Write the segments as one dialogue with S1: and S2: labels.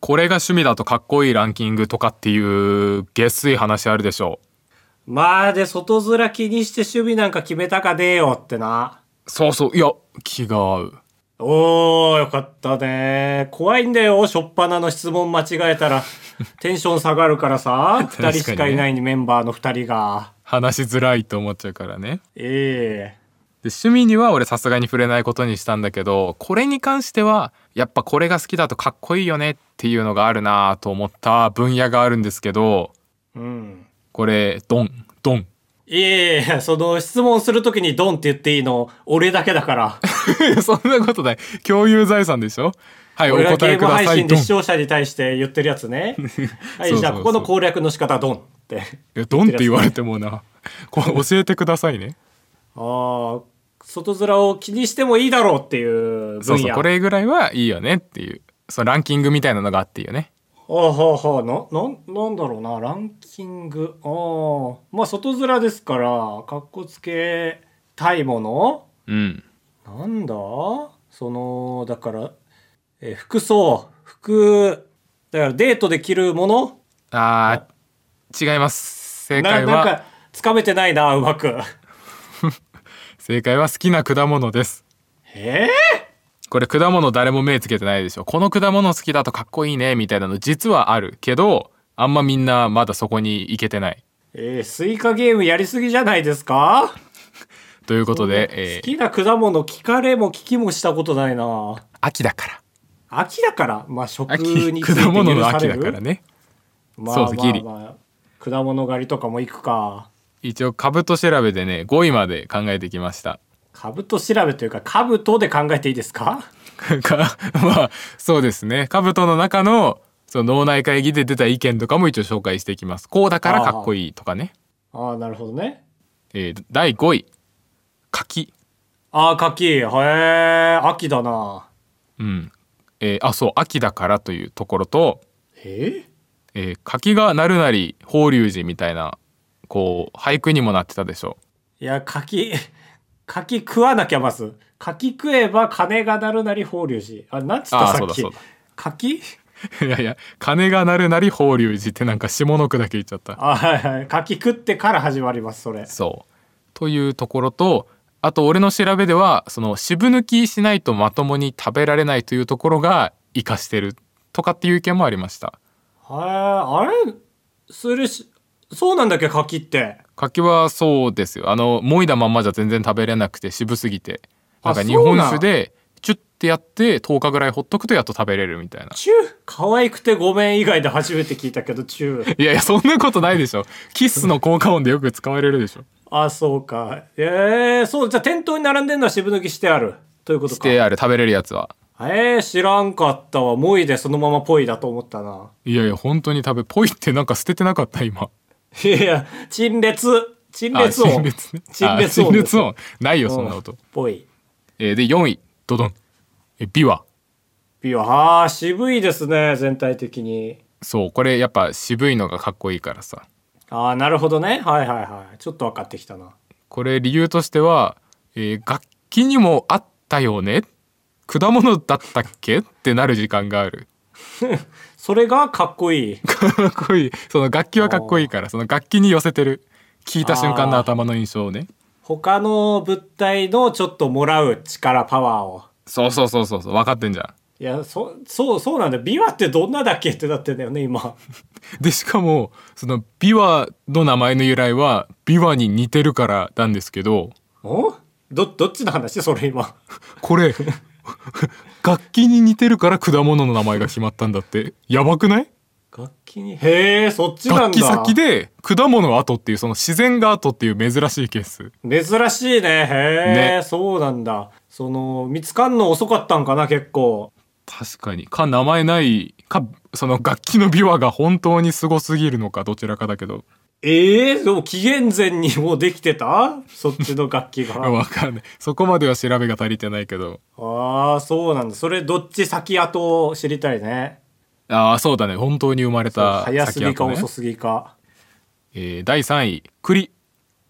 S1: これが趣味だとかっこいいランキングとかっていう下水話あるでしょ
S2: まあで、外面気にして趣味なんか決めたかねえよってな。
S1: うそうそういや気が合う
S2: おー、よかったね。怖いんだよ、初っ端の質問間違えたら。テンション下がるか らさ、
S1: かにね
S2: 二人しかいないにメンバーの二人が。
S1: 話しづらいと思っちゃうからね
S2: ええ
S1: で趣味には俺さすがに触れないことにしたんだけどこれに関してはやっぱこれが好きだとかっこいいよねっていうのがあるなぁと思った分野があるんですけど
S2: うん。
S1: これドンドン
S2: いやいや、その質問するときにドンって言っていいの、俺だけだから。
S1: そんなことない共有財産でしょはいお
S2: 俺がゲ
S1: 答え
S2: ー
S1: く
S2: ム
S1: だ
S2: 配
S1: さい
S2: 信で
S1: ドン
S2: 視聴者に対して言ってるやつ ね。は
S1: そ
S2: い、
S1: うそうそう
S2: じゃあここの攻略の仕方ドンって。
S1: えドンって言われてもなこう教えてくださいね
S2: ああ、外面を気にしてもいいだろうっていう分野。
S1: そうそうこれぐらいはいいよねっていうそのランキングみたいなのがあっていいよね
S2: ほうほうほう、な、な、なんだろうな、ランキング。ああ、まあ外面ですから、かっこつけたいもの
S1: うん
S2: なんだその、だから、えー服装、服、だからデートで着るもの
S1: あー違います正
S2: な
S1: 解
S2: なん
S1: は
S2: か、つかめてないな、うまく。
S1: 正解は好きな果物です
S2: え
S1: これ果物誰も目つけてないでしょこの果物好きだとかっこいいねみたいなの実はあるけどあんまみんなまだそこに行けてない
S2: えースイカゲームやりすぎじゃないですか
S1: ということで、えー
S2: 好きな果物聞かれも聞きもしたことないな
S1: 秋だから
S2: 秋だからまあ食
S1: 秋
S2: について
S1: 果
S2: 許
S1: 物の
S2: さ
S1: 秋
S2: れ
S1: だ
S2: る
S1: からね
S2: まあ
S1: そうギリ
S2: まあまあ果物狩りとかも行くか
S1: 一応株と調べでね5位まで考えてきました
S2: 株と調べというか株とで考えていいですか
S1: かまあそうですね兜の中のその脳内会議で出た意見とかも一応紹介していきますこうだからかっこいいとかね、
S2: ああなるほどね
S1: えー第5位柿
S2: ああ柿へえ秋だな
S1: うん、えーあそう秋だからというところと、
S2: え
S1: えー柿が鳴るなり法隆寺みたいなこう俳句にもなってたでしょ
S2: いや柿柿食わなきゃまず柿食えば金が鳴るなり法隆寺あなんつっ
S1: あ
S2: た
S1: あ
S2: さ
S1: そう
S2: っ
S1: だ
S2: き
S1: そうだ
S2: 柿
S1: いやいや鐘が鳴るなり法隆寺ってなんか下の句だけ言っちゃった
S2: あはいはい柿食ってから始まりますそれ
S1: そうというところとあと俺の調べではその渋抜きしないとまともに食べられないというところが活かしてるとかっていう意見もありました
S2: ああれするしそうなんだっけ柿って
S1: 柿はそうですよあのもいだまんまじゃ全然食べれなくて渋すぎてなんか
S2: あ
S1: 日
S2: そう
S1: 本
S2: なん
S1: 酒でチュッてやって10日ぐらいほっとくとやっと食べれるみたいな
S2: チュー可愛くてごめん以外で初めて聞いたけどチュー
S1: いやいやそんなことないでし ょキスの効果音でよく使われるでしょ
S2: あそうかええそうじゃあ店頭に並んでるのは渋抜きしてあるということ
S1: し
S2: か
S1: てあれ食べれるやつは
S2: えー、知らんかったわもいでそのままぽいだと思ったない
S1: やいや本当に食べぽいってなんか捨ててなかった今
S2: いやいや陳列陳
S1: あ
S2: 列音
S1: 陳列ね
S2: 陳
S1: あ
S2: 列音
S1: 陳
S2: です
S1: 列音ないよ
S2: うん
S1: そんな音
S2: ぽい
S1: えーで4位ドドンえビワ
S2: ビワあー渋いですね全体的に
S1: そうこれやっぱ渋いのがかっこいいからさ
S2: ああなるほどねはいはいはいちょっと分かってきたな
S1: これ理由としては、えー楽器にもあったよね果物だったっけってなる時間がある
S2: それがかっこいい
S1: かっこいいその楽器はかっこいいからその楽器に寄せてる聞いた瞬間の
S2: あー
S1: 頭の印象をね
S2: 他の物体のちょっともらう力パワーを
S1: そうそうそうそうそう分かってんじゃん
S2: いやそそうそうなんだよビワってどんなだっけってなってんだよね今
S1: でしかもその琵琶の名前の由来は琵琶に似てるからなんですけど
S2: おどどっちの話それ今
S1: これ楽器に似てるから果物の名前が決まったんだってやばくない
S2: 楽器にへえそっちな
S1: 楽
S2: ん
S1: 器
S2: だ
S1: 先で果物後っていうその自然が後っていう珍しいケース
S2: 珍しいねへえ、
S1: ね
S2: そうなんだその見つかんの遅かったんかな結構
S1: 確かにか名前ないかその楽器の琵琶が本当にすごすぎるのかどちらかだけど
S2: ええでも紀元前にもうできてた そっちの楽器 が
S1: わかんないそこまでは調べが足りてないけど
S2: ああそうなんだそれどっち先後を知りたいね
S1: ああそうだね本当に生まれた
S2: 早すぎか
S1: 先
S2: 遅
S1: 跡ね
S2: すぎか
S1: えー第3位栗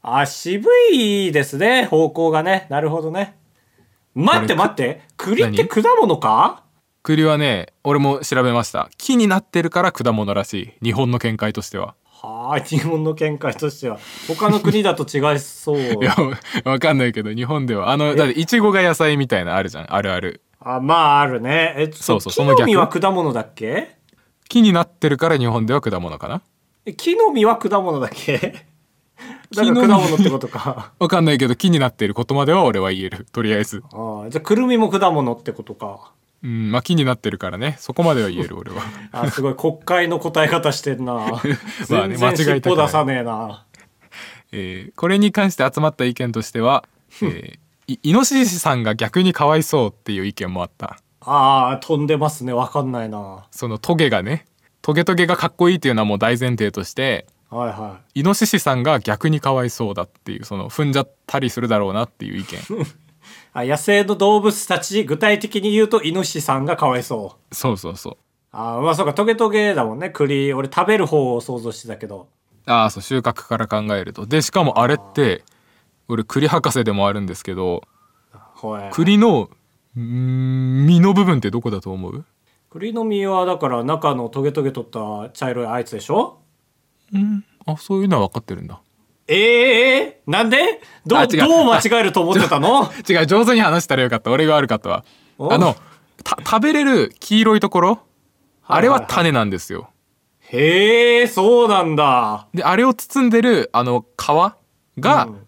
S2: あ、渋いですね、方向がね。なるほどね。待って
S1: これ
S2: 待って、栗って
S1: 何
S2: 果物か
S1: 栗はね俺も調べました木になってるから果物らしい日本の見解としては
S2: はあ日本の見解としては他の国だと違いそ う
S1: いやわかんないけど日本ではあのだっていちごが野菜みたいなあるじゃんあるある
S2: あまああるねえ
S1: そうそう
S2: 木
S1: そ
S2: の
S1: の逆
S2: 実は果物だっけ
S1: 木になってるから日本では果物かな
S2: え木の実は果物だっけだか ら
S1: 木の
S2: 果
S1: 実
S2: 物ってことか
S1: わかんないけど木になっていることまでは俺は言えるとりあえず
S2: ああじゃあくるみも果物ってことか
S1: うんまあ木になってるからねそこまでは言える俺は
S2: あすごい国会の答え方してん な
S1: まあ
S2: 全
S1: ね
S2: 然尻
S1: 間違えたく
S2: 尾
S1: ない
S2: 出さねえな
S1: えーこれに関して集まった意見として は、えーいイノシシさんが逆にかわいそうっていう意見もあった
S2: ああ飛んでますねわかんないなは
S1: そのトゲがねトゲトゲがかっこいいっていうのはもう大前提として
S2: いは
S1: イノシシさんが逆にかわいそうだっていうその踏んじゃったりするだろうなっていう意 見
S2: いあ野生の動物たち具体的に言うとイノシシさんがかわいそう
S1: そうそうそう
S2: ああまあそうかトゲトゲだもんね栗俺食べる方を想像してたけど
S1: ああそう収穫から考えるとでしかもあれって俺栗博士でもあるんですけど
S2: ほえ
S1: 栗のうーん実の部分ってどこだと思う
S2: 栗の実はだから中のトゲトゲ取った茶色いあいつでしょ
S1: うんあそういうのは分かってるんだ
S2: ええなんでど
S1: あ
S2: う
S1: 違う
S2: どう間違えると思ってたの
S1: 違う上手に話したらよかった俺が悪かったわ
S2: お
S1: あのた食べれる黄色いところあれは種なんですよ
S2: へえそうなんだ
S1: であれを包んでるあの皮
S2: う
S1: が
S2: ん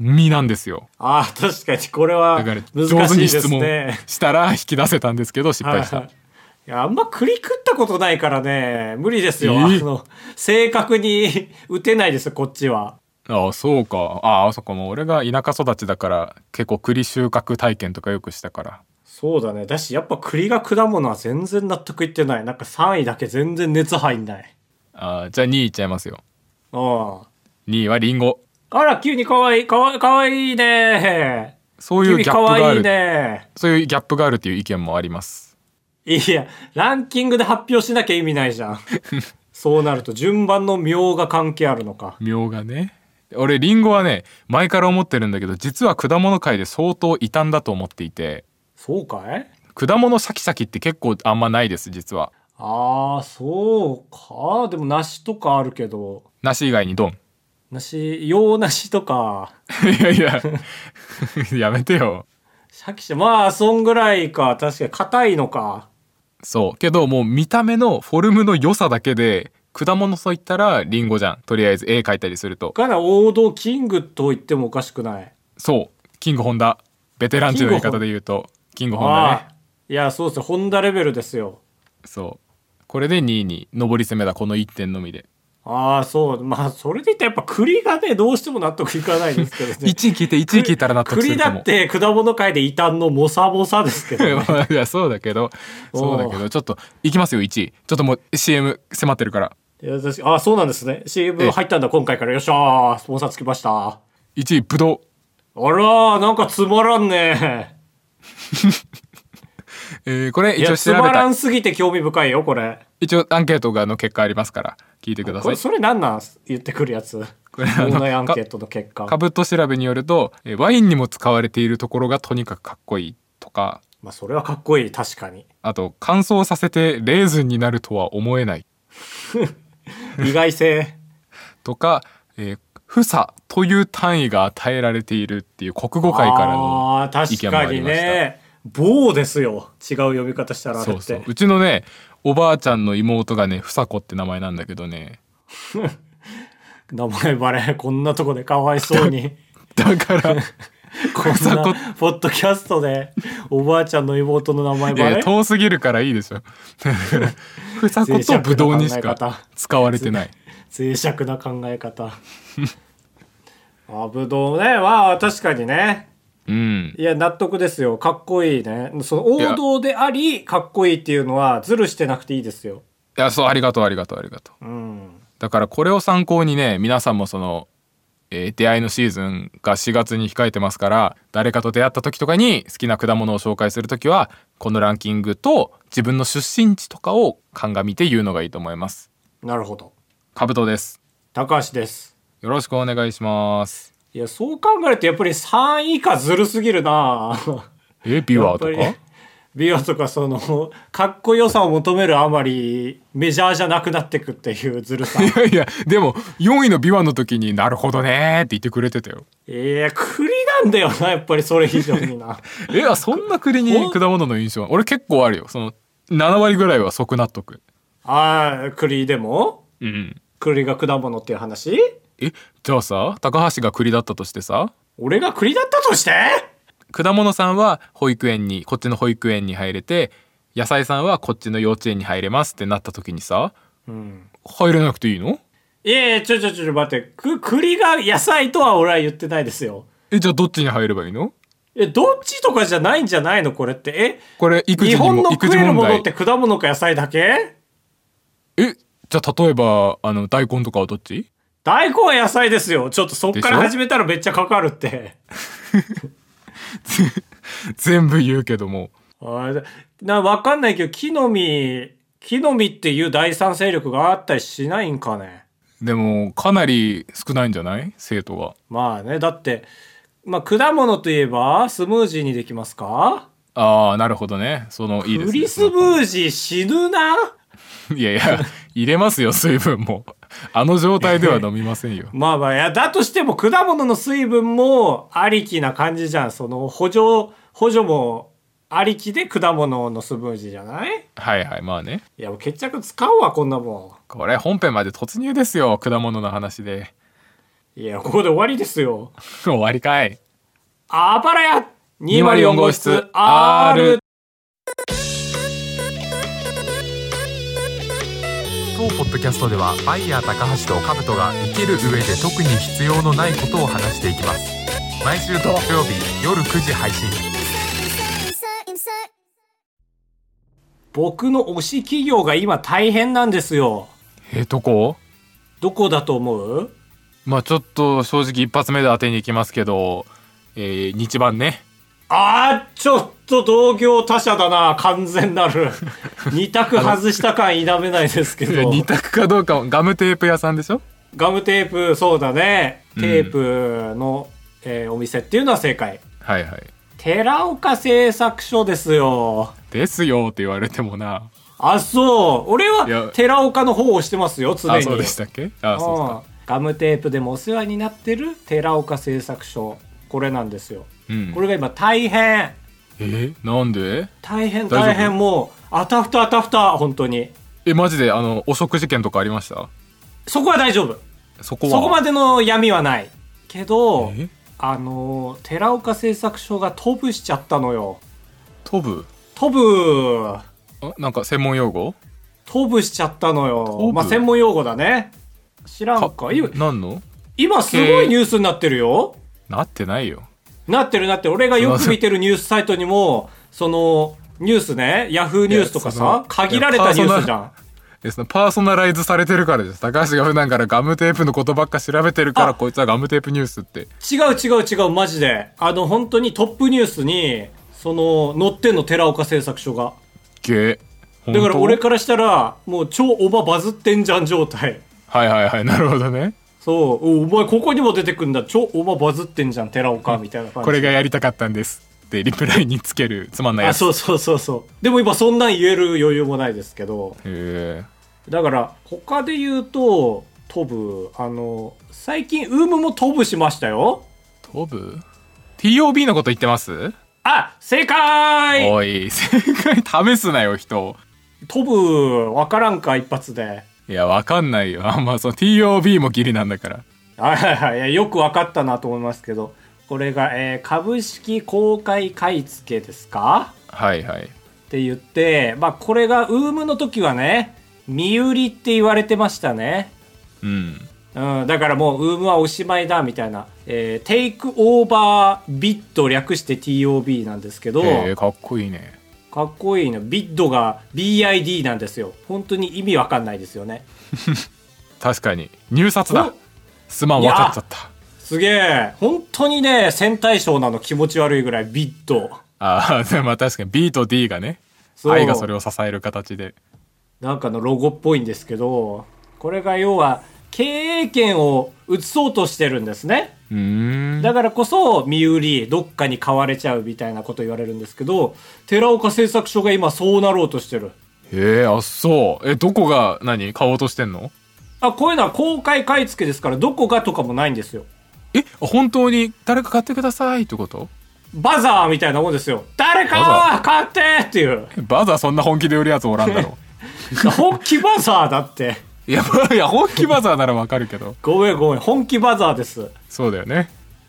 S1: 実なんですよ
S2: あー確かにこれは
S1: だから上
S2: 難
S1: 手
S2: しい
S1: に
S2: で
S1: 質
S2: す
S1: 問
S2: ね
S1: したら引き出せたんですけど失敗し
S2: はい
S1: た
S2: はいいやあんま栗食ったことないからね無理ですよ、
S1: えー
S2: あの正確に打てないですよこっちは
S1: ああそうかああそっかもう俺が田舎育ちだから結構栗収穫体験とかよくしたから
S2: そうだねだしやっぱ栗が果物は全然納得いってないなんか3位だけ全然熱入んない
S1: ああじゃあ2位いっちゃいますよ
S2: うん
S1: 2位はリンゴ
S2: あら、急に可愛い、可愛い、可愛いね。
S1: そういう
S2: 急に
S1: ギャップ
S2: 可
S1: があ
S2: 愛い
S1: る
S2: ね。
S1: そういうギャップがあるっていう意見もあります
S2: いや、ランキングで発表しなきゃ意味ない じゃん。そうなると順番の妙が関係あるのか。
S1: 妙がね俺リンゴはね前から思ってるんだけど実は果物界で相当異端だと思っていて
S2: そうかい
S1: 果物シャキシャキって結構あんまないです実は
S2: ああ、そうか。でも梨とかあるけど、
S1: 梨以外にドン
S2: 梨、洋梨とか、
S1: いやいや やめてよ
S2: シャキシャキ、まあ、そんぐらいか。確かに硬いのか。
S1: そうけどもう見た目のフォルムの良さだけで果物といったらリンゴじゃんとりあえず絵描いたりすると
S2: かな王道キングと言ってもおかしくない。
S1: そうキングホンダベテランチの言い方で言うとキングホンダね
S2: ああ。いや、そうですよ。ホンダレベルですよ。
S1: そうこれで2位に上り攻めだこの1点のみで
S2: ああそうまあそれで言ったらやっぱ栗がねどうしても納得いかないですけどね
S1: 1位聞いて1位 聞いたら納得す
S2: 栗
S1: る
S2: だ
S1: かも
S2: って果物界で異端のモサモサですけど、 ね、
S1: まあいやそうだけどそうだけどちょっといきますよ1位ちょっともう CM 迫ってるから
S2: いや私ああそうなんですね CM
S1: ええ
S2: 入ったんだ今回からよっしゃースポンサーつきましたあ
S1: 1位ブドウ
S2: らーなんかつまらんね
S1: えーこれ
S2: い
S1: 一
S2: や
S1: 応
S2: つ
S1: 調
S2: ま
S1: べ
S2: ら
S1: た
S2: んすぎて興味深いよこれ
S1: 一応アンケートがの結果ありますから聞いてくだ
S2: こ
S1: さ
S2: れ
S1: い
S2: それなんなん言ってくるやつ
S1: これあの
S2: 脳内アンケートの結果
S1: 株と調べによるとえーワインにも使われているところがとにかくかっこいいとか
S2: まあそれはかっこいい確かに
S1: あと乾燥させてレーズンになるとは思えない
S2: 意外性
S1: とか、えー、フサという単位が与えられているっていう国語界から
S2: あ
S1: の
S2: ー
S1: 意
S2: 確
S1: 見もあ
S2: か
S1: り
S2: に
S1: ました。
S2: ね棒ですよ違う呼び方したらあれ
S1: そ
S2: って
S1: うそううちのねおばあちゃんの妹がねフサ子って名前なんだけどね
S2: 名前バレこんなとこでかわいそうに
S1: だから
S2: こん
S1: そ こ
S2: なポッドキャストでおばあちゃんの妹の名前
S1: い
S2: バ
S1: や
S2: レ
S1: 遠すぎるからいいでし ょだからフサ子とブドウにし
S2: 脆弱な考
S1: か
S2: え方
S1: 使われてない
S2: 脆弱な考え方あぶどうねまあ確かにね
S1: うん
S2: いや納得ですよかっこいいねその王道でありかっこいいっていうのはズルしてなくていいですよ
S1: いやそうありがとうありがとうありがとう
S2: うん
S1: だからこれを参考にね皆さんもその、えー出会いのシーズンが4月に控えてますから誰かと出会った時とかに好きな果物を紹介する時はこのランキングと自分の出身地とかを鑑みて言うのがいいと思います。
S2: なるほど
S1: カブトです。
S2: 高橋です
S1: よろしくお願いします。
S2: いやそう考えるとやっぱり3位以下ずるすぎるな
S1: えビ
S2: や
S1: ワ
S2: っぱり
S1: ーとか
S2: 美容とかそのかっこよさを求めるあまりメジャーじゃなくなってくっていうずる さ
S1: いやいやでも4位のビワの時になるほどねーって言ってくれてたよ
S2: えや栗なんだよなやっぱりそれ以上にな
S1: いやそんな栗に果物の印象は俺結構あるよその7割ぐらいは即納得
S2: ああ栗でも
S1: うん
S2: 栗が果物っていう話
S1: えじゃあさ高橋が栗だったとしてさ
S2: 俺が栗だったとして
S1: 果物さんは保育園にこっちの保育園に入れて野菜さんはこっちの幼稚園に入れますってなった時にさ
S2: うん
S1: 入れなくていいの
S2: いやいやちょちょちょちょ待ってく栗が野菜とは俺は言ってないですよ
S1: えじゃあどっちに入ればいいの
S2: えどっちとかじゃないんじゃないのこれって
S1: これ育
S2: え
S1: 児
S2: 日
S1: に
S2: 本
S1: も
S2: の
S1: 育
S2: 食
S1: 児
S2: える
S1: 問
S2: もの
S1: 題
S2: って果物か野菜だけ
S1: えじゃあ例えばあの大根とかはどっち
S2: 大根は野菜ですよちょっとそっから
S1: でしょ
S2: 始めたらめっちゃかかるって
S1: 全部言うけども
S2: あれなわかんないけど木の実木の実っていう第三勢力があったりしないんかね
S1: でもかなり少ないんじゃない生徒が
S2: まあねだって、まあ、果物といえばスムージーにできますか
S1: ああなるほどねそのいいです
S2: ク
S1: ね
S2: リスムージー死ぬな い
S1: やいや入れますよ水分もあの状態では飲みませんよ
S2: まあまあいやだとしても果物の水分もありきな感じじゃんその補助補助もありきで果物のスムージーじゃない
S1: はいはいまあね
S2: いやもう決着使うわこんなも
S1: これ本編まで突入ですよ果物の話で
S2: んいやここで終わりですよ
S1: 終わりかい
S2: あばらや
S1: 204号室 R 当ポッドキャストではバイヤー高橋とカブトが生きる上で特に必要のないことを話していきます毎週土曜日夜9時配信
S3: insert, insert.
S2: 僕の推し企業が今大変なんですよ
S1: えどこ
S2: どこだと思う
S1: まあちょっと正直一発目で当てに行きますけど、えー、日版ね
S2: あーちょっと同業他社だな完全 なる二択外した感否めないですけ
S1: いや
S2: ど
S1: 二択かどうかもガムテープ屋さんでしょ
S2: ガムテープそうだねテープの、えーお店っていうのは正解
S1: はいはい
S2: 寺岡製作所ですよ
S1: ですよって言われてもな
S2: あそう俺
S1: いや
S2: は寺岡の方を押してますよ常に
S1: あそうでしたっけあそうです
S2: うん
S1: か
S2: ガムテープでもお世話になってる寺岡製作所これなんですよ
S1: うん
S2: これが今大変
S1: えーなんで
S2: 大変
S1: 大丈夫
S2: 大変もうあたふたあたふた本当に
S1: えマジであの汚職事件とかありました
S2: そこは大丈夫
S1: そこ
S2: そ
S1: は
S2: こまでの闇はないけど
S1: え
S2: あのー寺岡製作所が飛ぶしちゃったのよ
S1: 飛ぶ
S2: 飛ぶ
S1: あなんか専門用語
S2: 飛ぶしちゃったの
S1: 飛
S2: よ
S1: ぶ
S2: まあ専門用語だね知らんか今
S1: なんの
S2: 今すごいニュースになってるよ
S1: なってないよ
S2: なってるなってる俺がよく見てるニュースサイトにもそのニュースねヤフーニュースと
S1: い
S2: か
S1: やそ
S2: さ
S1: の
S2: 限られたニュースじゃん
S1: えそのパーソナライズされてるからです高橋が普段からガムテープのことばっか調べてるから
S2: あ
S1: こいつはガムテープニュースって
S2: 違う違う違うマジであの本当にトップニュースにその載ってんの寺岡製作所が
S1: げえ
S2: だから俺からしたらもう超おばバズってんじゃん状態
S1: はいはいはいなるほどね
S2: そうおお前ここにも出てくんだ超おばバズってんじゃん寺岡みたいな感じ
S1: これがやりたかったんですってリプライにつけるつまんないや
S2: あ
S1: つ
S2: そうそうそうそうでも今そんなん言える余裕もないですけど
S1: へ
S2: だから他で言うと飛ぶあの最近ウームも飛ぶしましたよ
S1: え飛ぶ TOB のこと言ってます
S2: あ正解
S1: おい正解試すなよ人
S2: 飛ぶわからんか一発で
S1: いやわかんないよあんまその TOB もギリなんだから
S2: はいはいはいいやよく分かったなと思いますけどこれが、えー株式公開買い付けですか
S1: はいはい
S2: って言って、まあ、これがウームの時はね見売りって言われてましたね、
S1: うん
S2: うん、だからもうウームはおしまいだみたいな、えーテイクオーバービッド略して TOB なんですけど
S1: へえかっこいいね
S2: かっこいいなビッドが BID なんですよ本当に意味わかんないですよね
S1: 確かに入札だ
S2: お
S1: すまん分かっちゃった
S2: すげえ本当にね戦隊賞なの気持ち悪いぐらいビッド
S1: ああ、でもまあ確かに B と D がね、
S2: そう
S1: 愛がそれを支える形で。
S2: なんかのロゴっぽいんですけどこれが要は経営権を移そうとしてるんですね
S1: ううーん
S2: だからこそ身売りどっかに買われちゃうみたいなこと言われるんですけど寺岡製作所が今そうなろうとしてる
S1: へえあそうえどこが何買おうとしてんの
S2: あこういうのは公開買い付けですからどこがとかもないんですよ
S1: えあ本当に誰か買ってくださいってこと
S2: バザーみたいなもんですよ誰
S1: バ
S2: か買ってっていう
S1: バザーそんな本気で売るやつおらんだろ
S2: 本気バザーだって
S1: いやまあいや本気バザーならわかるけど
S2: ごめんごめん本気バザーです
S1: そうだよね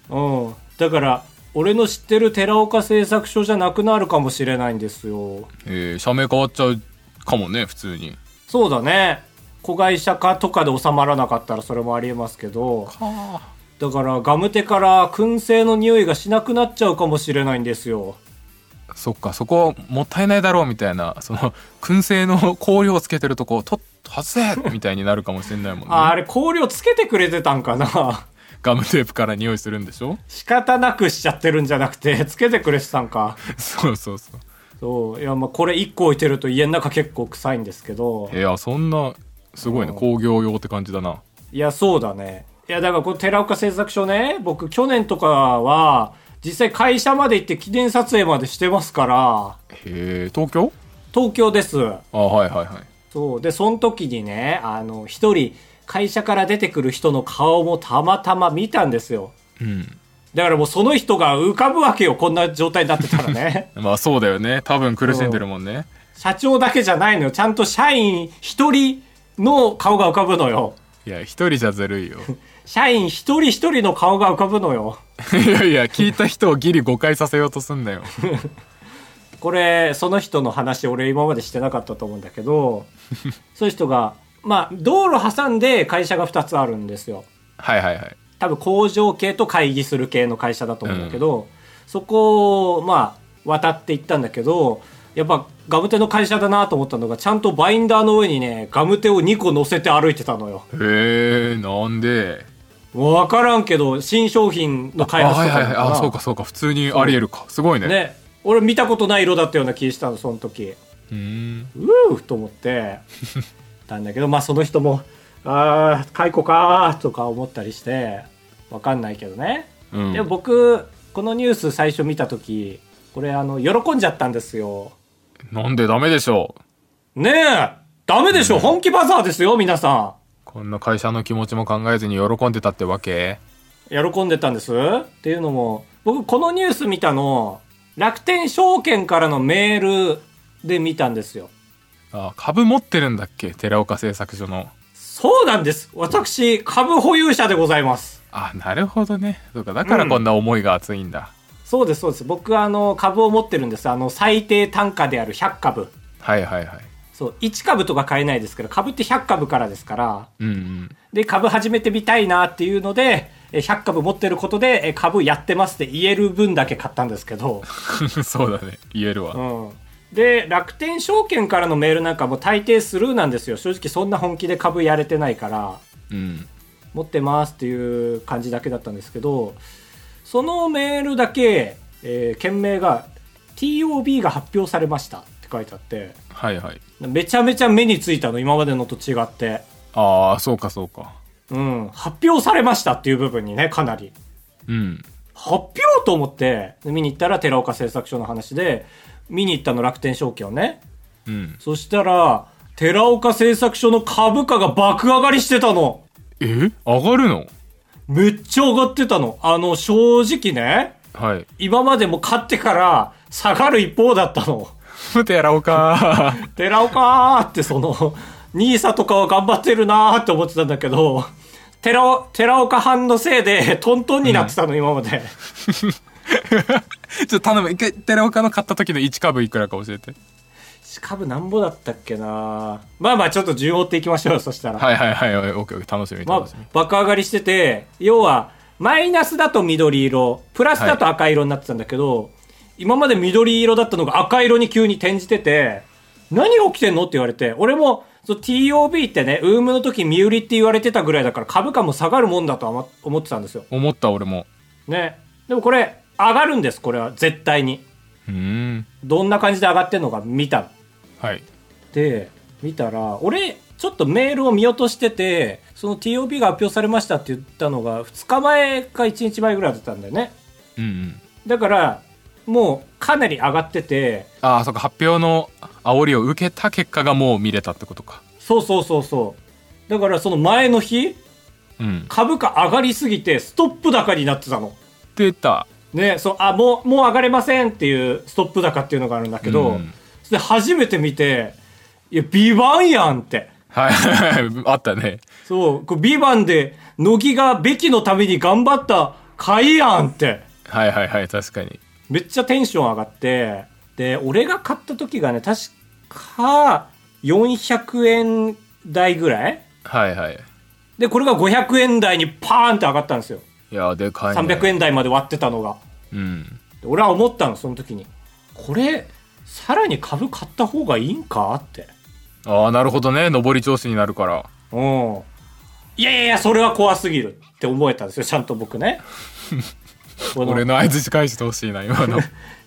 S2: うんだから俺の知ってる寺岡製作所じゃなくなるかもしれないんですよ
S1: えー、社名変わっちゃうかもね普通に
S2: そうだね子会社化とかで収まらなかったらそれもありえますけど
S1: はあ
S2: だからガムテから燻製の匂いがしなくなっちゃうかもしれないんですよ
S1: そっかそこもったいないだろうみたいなその燻製の香料をつけてるとこを取っ外せみたいになるかもしれないもん
S2: あ
S1: ね
S2: あれ香料つけてくれてたんかな
S1: ガムテープから匂いするんでしょ
S2: 仕方なくしちゃってるんじゃなくてつけてくれてたんか
S1: そうそうそう
S2: そういやまあこれ1個置いてると家の中結構臭いんですけど
S1: いやそんなすごいね工業用って感じだない
S2: やそうだねいやだからこの寺岡製作所ね僕去年とかは実際会社まで行って記念撮影までしてますから
S1: へえ東京
S2: 東京です
S1: あはいはいはい
S2: そうでその時にねあの一人会社から出てくる人の顔もたまたま見たんですよ
S1: うん
S2: だからもうその人が浮かぶわけよこんな状態になってた らね
S1: まあそうだよね多分苦しんでるもんね
S2: 社長だけじゃないのよちゃんと社員一人の顔が浮かぶのよ
S1: いや一人じゃずるいよ
S2: 社員一人一人の顔が浮かぶのよ
S1: いやいや聞いた人をギリ誤解させようとすんなよ
S2: これその人の話俺今までしてなかったと思うんだ けどそういう人がまあ道路挟んで会社が2つあるんですよ
S1: はいはいはい
S2: 多分工場系と会議する系の会社だと思うんだけど、そこをまあ渡っていったんだけどやっぱガムテの会社だなと思ったのがちゃんとバインダーの上にねガムテを2個乗せて歩いてたのよ
S1: へえなんで
S2: もう分からんけど新商品の開発
S1: あは
S2: と
S1: い
S2: か
S1: はいはい
S2: なのかな
S1: あそうかそうか普通にありえるかすごいね
S2: ね俺見たことない色だったような気したのその時
S1: うーん
S2: うーと思ってたんだけどまあその人も「ああ解雇か」とか思ったりしてわかんないけどね、
S1: うん
S2: でも僕このニュース最初見た時これあの喜んじゃったんですよ
S1: なんでダメでしょう
S2: ねえダメでしょ、本気バザーですよ皆さ
S1: こんな会社の気持ちも考えずに喜んでたってわけ
S2: ん喜んでたんですっていうのも僕このニュース見たの楽天証券からのメールで見たんですよ
S1: あ株持ってるんだっけ寺岡製作所の
S2: そうなんです私株保有者でございます
S1: あなるほどねそうかだからこんな思いが熱いんだ、
S2: そうですそうです僕はあの株を持ってるんですあの最低単価である100株
S1: はいはいはい
S2: そう1株とか買えないですけど株って100株からですから
S1: うんうん
S2: で株始めてみたいなっていうのでえ100株持ってることでえ株やってますって言える分だけ買ったんですけど、
S1: そうだね言える
S2: う
S1: わ
S2: ん、で楽天証券からのメールなんかも大抵スルーなんですよ正直そんな本気で株やれてないから
S1: うん
S2: 持ってますっていう感じだけだったんですけどそのメールだけ、えー件名が「TOB が発表されました」って書いてあって
S1: はいはい
S2: めちゃめちゃ目についたの今までのと違って、
S1: ああそうかそうか
S2: うん、発表されましたっていう部分にねかなり
S1: うん
S2: 発表と思ってで見に行ったら寺岡製作所の話で見に行ったの楽天証券をね
S1: うん
S2: そしたら寺岡製作所の株価が爆上がりしてたの
S1: え上がるの
S2: めっちゃ上がってたのあの正直ね
S1: はい
S2: 今までも勝ってから下がる一方だったの。
S1: 寺岡
S2: 寺岡ーってその、ニーサとかは頑張ってるなーって思ってたんだけど、寺尾寺岡藩のせいでトントンになってたの、今まで。
S1: ちょっと頼む一回寺岡の買った時の1株いくらか教えて
S2: しかぶなんぼだったっけなまあまあちょっと順を追っていきましょうよ、そしたら。
S1: はいはいはいはいオッケーオッケー楽しみ
S2: ま
S1: 楽
S2: あ
S1: しみ、、
S2: 爆上がりしてて、要は、マイナスだと緑色、プラスだと赤色になってたんだけど、今まで緑色だったのが赤色に急に転じてて、何が起きてんのって言われて、俺も、その TOB ってね、ウームの時身売りって言われてたぐらいだから株価も下がるもんだとは思思ってたんですよ。
S1: 思った俺も
S2: ね。でもこれ、上がるんです、これは。絶対に。
S1: うーん
S2: どんな感じで上がってんのか見たの。
S1: はい
S2: で、見たら、俺、ちょっとメールを見落としてて、その TOP が発表されましたって言ったのが、2日前か1日前ぐらいだったんだよね。
S1: うんうん
S2: だから、もうかなり上がってて、
S1: ああそうか発表の煽りを受けた結果がもう見れたってことか
S2: そうそうそうそう。だからその前の日、
S1: うん
S2: 株価上がりすぎて、ストップ高になってたの。
S1: 出た
S2: ね、そう、あ、もう、もう上がれませんっていうストップ高っていうのがあるんだけど、
S1: うん
S2: で初めて見て、いや、ビバンやんって。
S1: はい あったね
S2: そう、こうビバンで、乃木がべきのために頑張った回やんって。
S1: はいはいはい確かに
S2: めっちゃテンション上がって、で、俺が買った時がね、確か、400円台ぐらい
S1: はいはい
S2: で、これが500円台にパーンって上がったんですよ。
S1: いやでかい、ね、
S2: 300円台まで割ってたのが。
S1: うん
S2: で俺は思ったの、その時に。これ、さらに株買った方がいいんかって。
S1: ああなるほどね上り調子になるから
S2: うん。いやいやいや、それは怖すぎるって思えたんですよ、ちゃんと 僕ね。この
S1: 俺の合図返してほしいな今 の
S2: い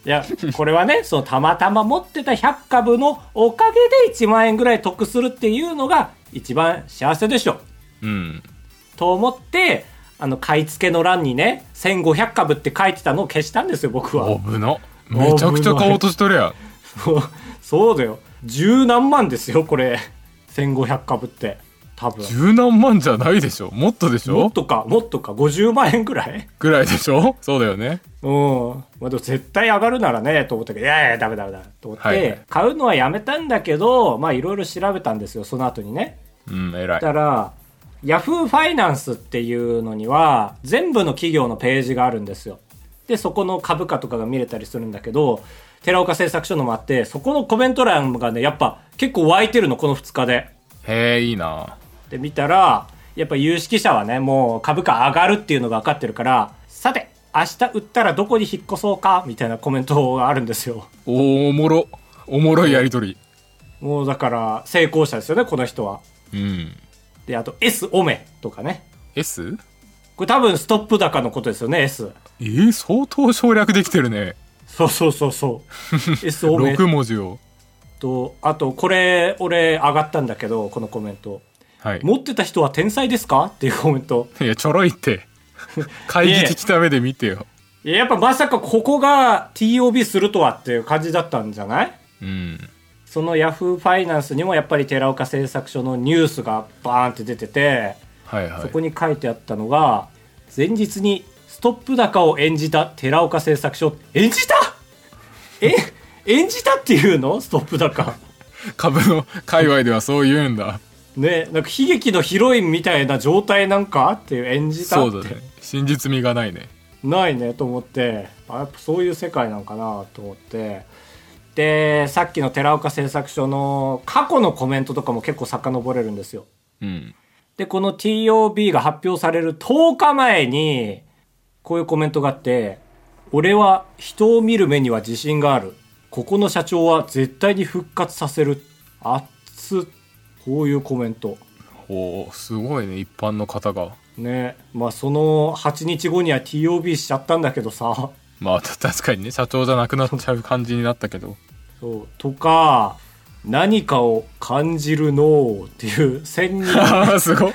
S2: や、これはね、 そのたまたま持ってた100株のおかげで1万円ぐらい得するっていうのが一番幸せでしょ。
S1: うん
S2: と思って、あの、買い付けの欄にね、1500株って書いてたのを消したんですよ、僕は。
S1: 危なめちゃくちゃ買おうとしとるやん
S2: そうだよ。十何万ですよ、これ。1500株って。多分。
S1: 十何万じゃないでしょもっとでし
S2: も
S1: ょ
S2: っとか、もっとか、50万円ぐらい
S1: ぐらいでしょそうだよね
S2: うん。まあ、でも絶対上がるならね、と思ったけど、いやいや、ダメダメダメ、と思って、
S1: はいはい
S2: 買うのはやめたんだけど、まあ、いろいろ調べたんですよ、その後にね。
S1: うん偉い
S2: だから、ヤフーファイナンスっていうのには、全部の企業のページがあるんですよ。で、そこの株価とかが見れたりするんだけど、寺岡製作所のもあって、そこのコメント欄がね、やっぱ結構湧いてるの、この2日で。
S1: へえいいな
S2: で見たらやっぱ有識者はねもう株価上がるっていうのが分かってるからさて明日売ったらどこに引っ越そうかみたいなコメントがあるんですよ
S1: おおおもろおもろいやりとり
S2: もうだから成功者ですよねこの人は
S1: うん
S2: であと S オメとかね
S1: S?
S2: これ多分ストップ高のことですよね S
S1: えー、相当省略できてるね
S2: そうそうそうそう S オメ
S1: 6文字を
S2: とあとこれ俺上がったんだけどこのコメント
S1: はい
S2: 持ってた人は天才ですかっていうコメント
S1: いやちょろいって 会議的た目で見てよ、
S2: いややっぱまさかここが TOB するとはっていう感じだったんじゃない
S1: うん
S2: そのヤフーファイナンスにもやっぱり寺岡製作所のニュースがバーンって出てて、
S1: はいはい
S2: そこに書いてあったのが前日にストップ高を演じた寺岡製作所演じたえ演じたっていうのストップ高
S1: 株の界隈ではそう言うん だ
S2: ねなんか悲劇のヒロインみたいな状態なんかっていう演じた
S1: そ
S2: っ
S1: うだ
S2: て、
S1: ね真実味がないね
S2: ないねと思ってあやっぱそういう世界なんかなと思ってでさっきの寺岡製作所の過去のコメントとかも結構遡れるんですよ
S1: うん
S2: で、この TOB が発表される10日前に、こういうコメントがあって、俺は人を見る目には自信がある。ここの社長は絶対に復活させる。熱っ。こういうコメント。
S1: おおすごいね一般の方が
S2: ね。まあ、その8日後には TOB しちゃったんだけどさ。
S1: まあた確かにね社長じゃなくなっちゃう感じになったけど
S2: そう。とか、何かを感じるのーっていう1000 人、
S1: あ あすごい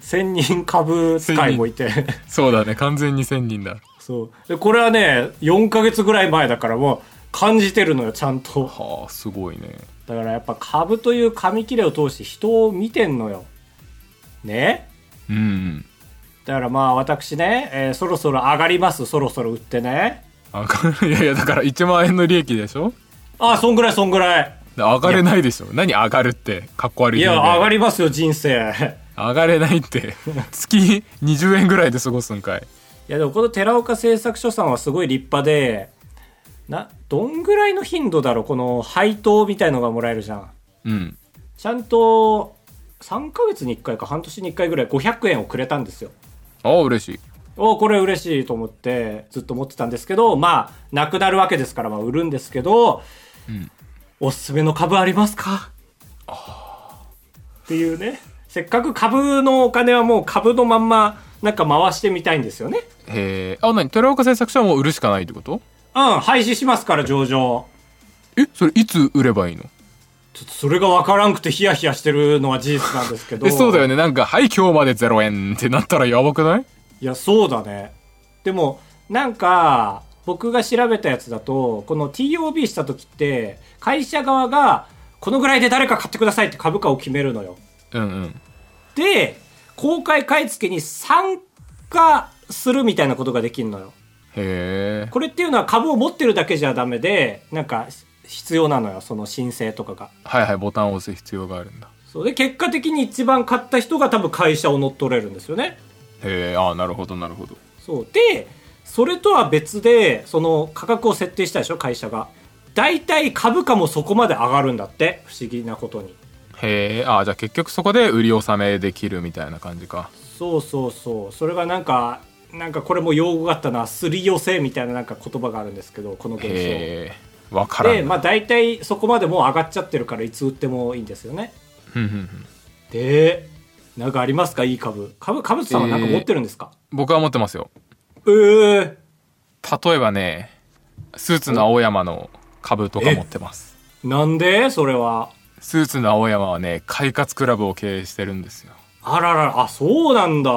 S2: 1000人株使いもいて。
S1: そうだね完全に1000人だ
S2: そう。で、これはね、4ヶ月ぐらい前だからもう感じてるのよ、ちゃんと。
S1: はあすごいね
S2: だからやっぱ株という紙切れを通して人を見てんのよ。ね
S1: うん
S2: だからまあ私ね、えーそろそろ上がります、そろそろ売ってね。
S1: あか いやいやだから1万円の利益でしょ
S2: あ、そんぐらいそんぐらい。
S1: で上がれないでしょ何上がるってかっこ悪い
S2: い
S1: ね
S2: や、上がりますよ、人生。
S1: 上がれないって 月20円ぐらいで過ごすんかい
S2: いや、でもこの寺岡製作所さんはすごい立派で、な、どんぐらいの頻度だろう、この配当みたいのがもらえるじゃん。
S1: うん
S2: ちゃんと3ヶ月に1回か半年に1回ぐらい500円をくれたんですよ。
S1: ああ嬉しい
S2: おこれ嬉しいと思ってずっと持ってたんですけど、まあ、なくなるわけですから、まあ、売るんですけど、おすすめの株ありますかっていうね。せっかく株のお金はもう株のまんま、なんか回してみたいんですよね。
S1: へえあ何寺岡製作所はもう売るしかないってこと
S2: うん、廃止しますから、上場。
S1: えそれいつ売ればいいの
S2: ちょっとそれが分からんくてヒヤヒヤしてるのは事実なんですけど
S1: え そうだよ
S2: ね
S1: ねなんか「はい今日まで0円」ってなったらやばくない
S2: いやそうだねでもなんか僕が調べたやつだとこの TOB した時って会社側がこのぐらいで誰か買ってくださいって株価を決めるのよ
S1: うんうん
S2: で公開買い付けに参加するみたいなことができるのよ
S1: へえ
S2: これっていうのは株を持ってるだけじゃダメでなんか必要なのよその申請とかが
S1: はいはいボタンを押す必要があるんだ
S2: そうで結果的に一番買った人が多分会社を乗っ取れるんですよね
S1: へえああなるほどなるほど
S2: そうでそれとは別でその価格を設定したでしょ会社が大体株価もそこまで上がるんだって不思議なことに
S1: へえああじゃあ結局そこで売り納めできるみたいな感じか
S2: そうそうそうそれがなんかなんかこれも用語があったなすり寄せみたいななんか言葉があるんですけどこの現象
S1: へえわからん
S2: で
S1: な
S2: まあ大体そこまでもう上がっちゃってるからいつ売ってもいいんですよね
S1: ふんふんふん
S2: でなんかありますかいい株株株主さんはなんか持ってるんですか
S1: 僕は持ってますよ
S2: えー、
S1: 例えばねスーツの青山の株とか持ってます
S2: なんでそれは
S1: スーツの青山はね快活クラブを経営してるんですよ
S2: あらららあそうなんだ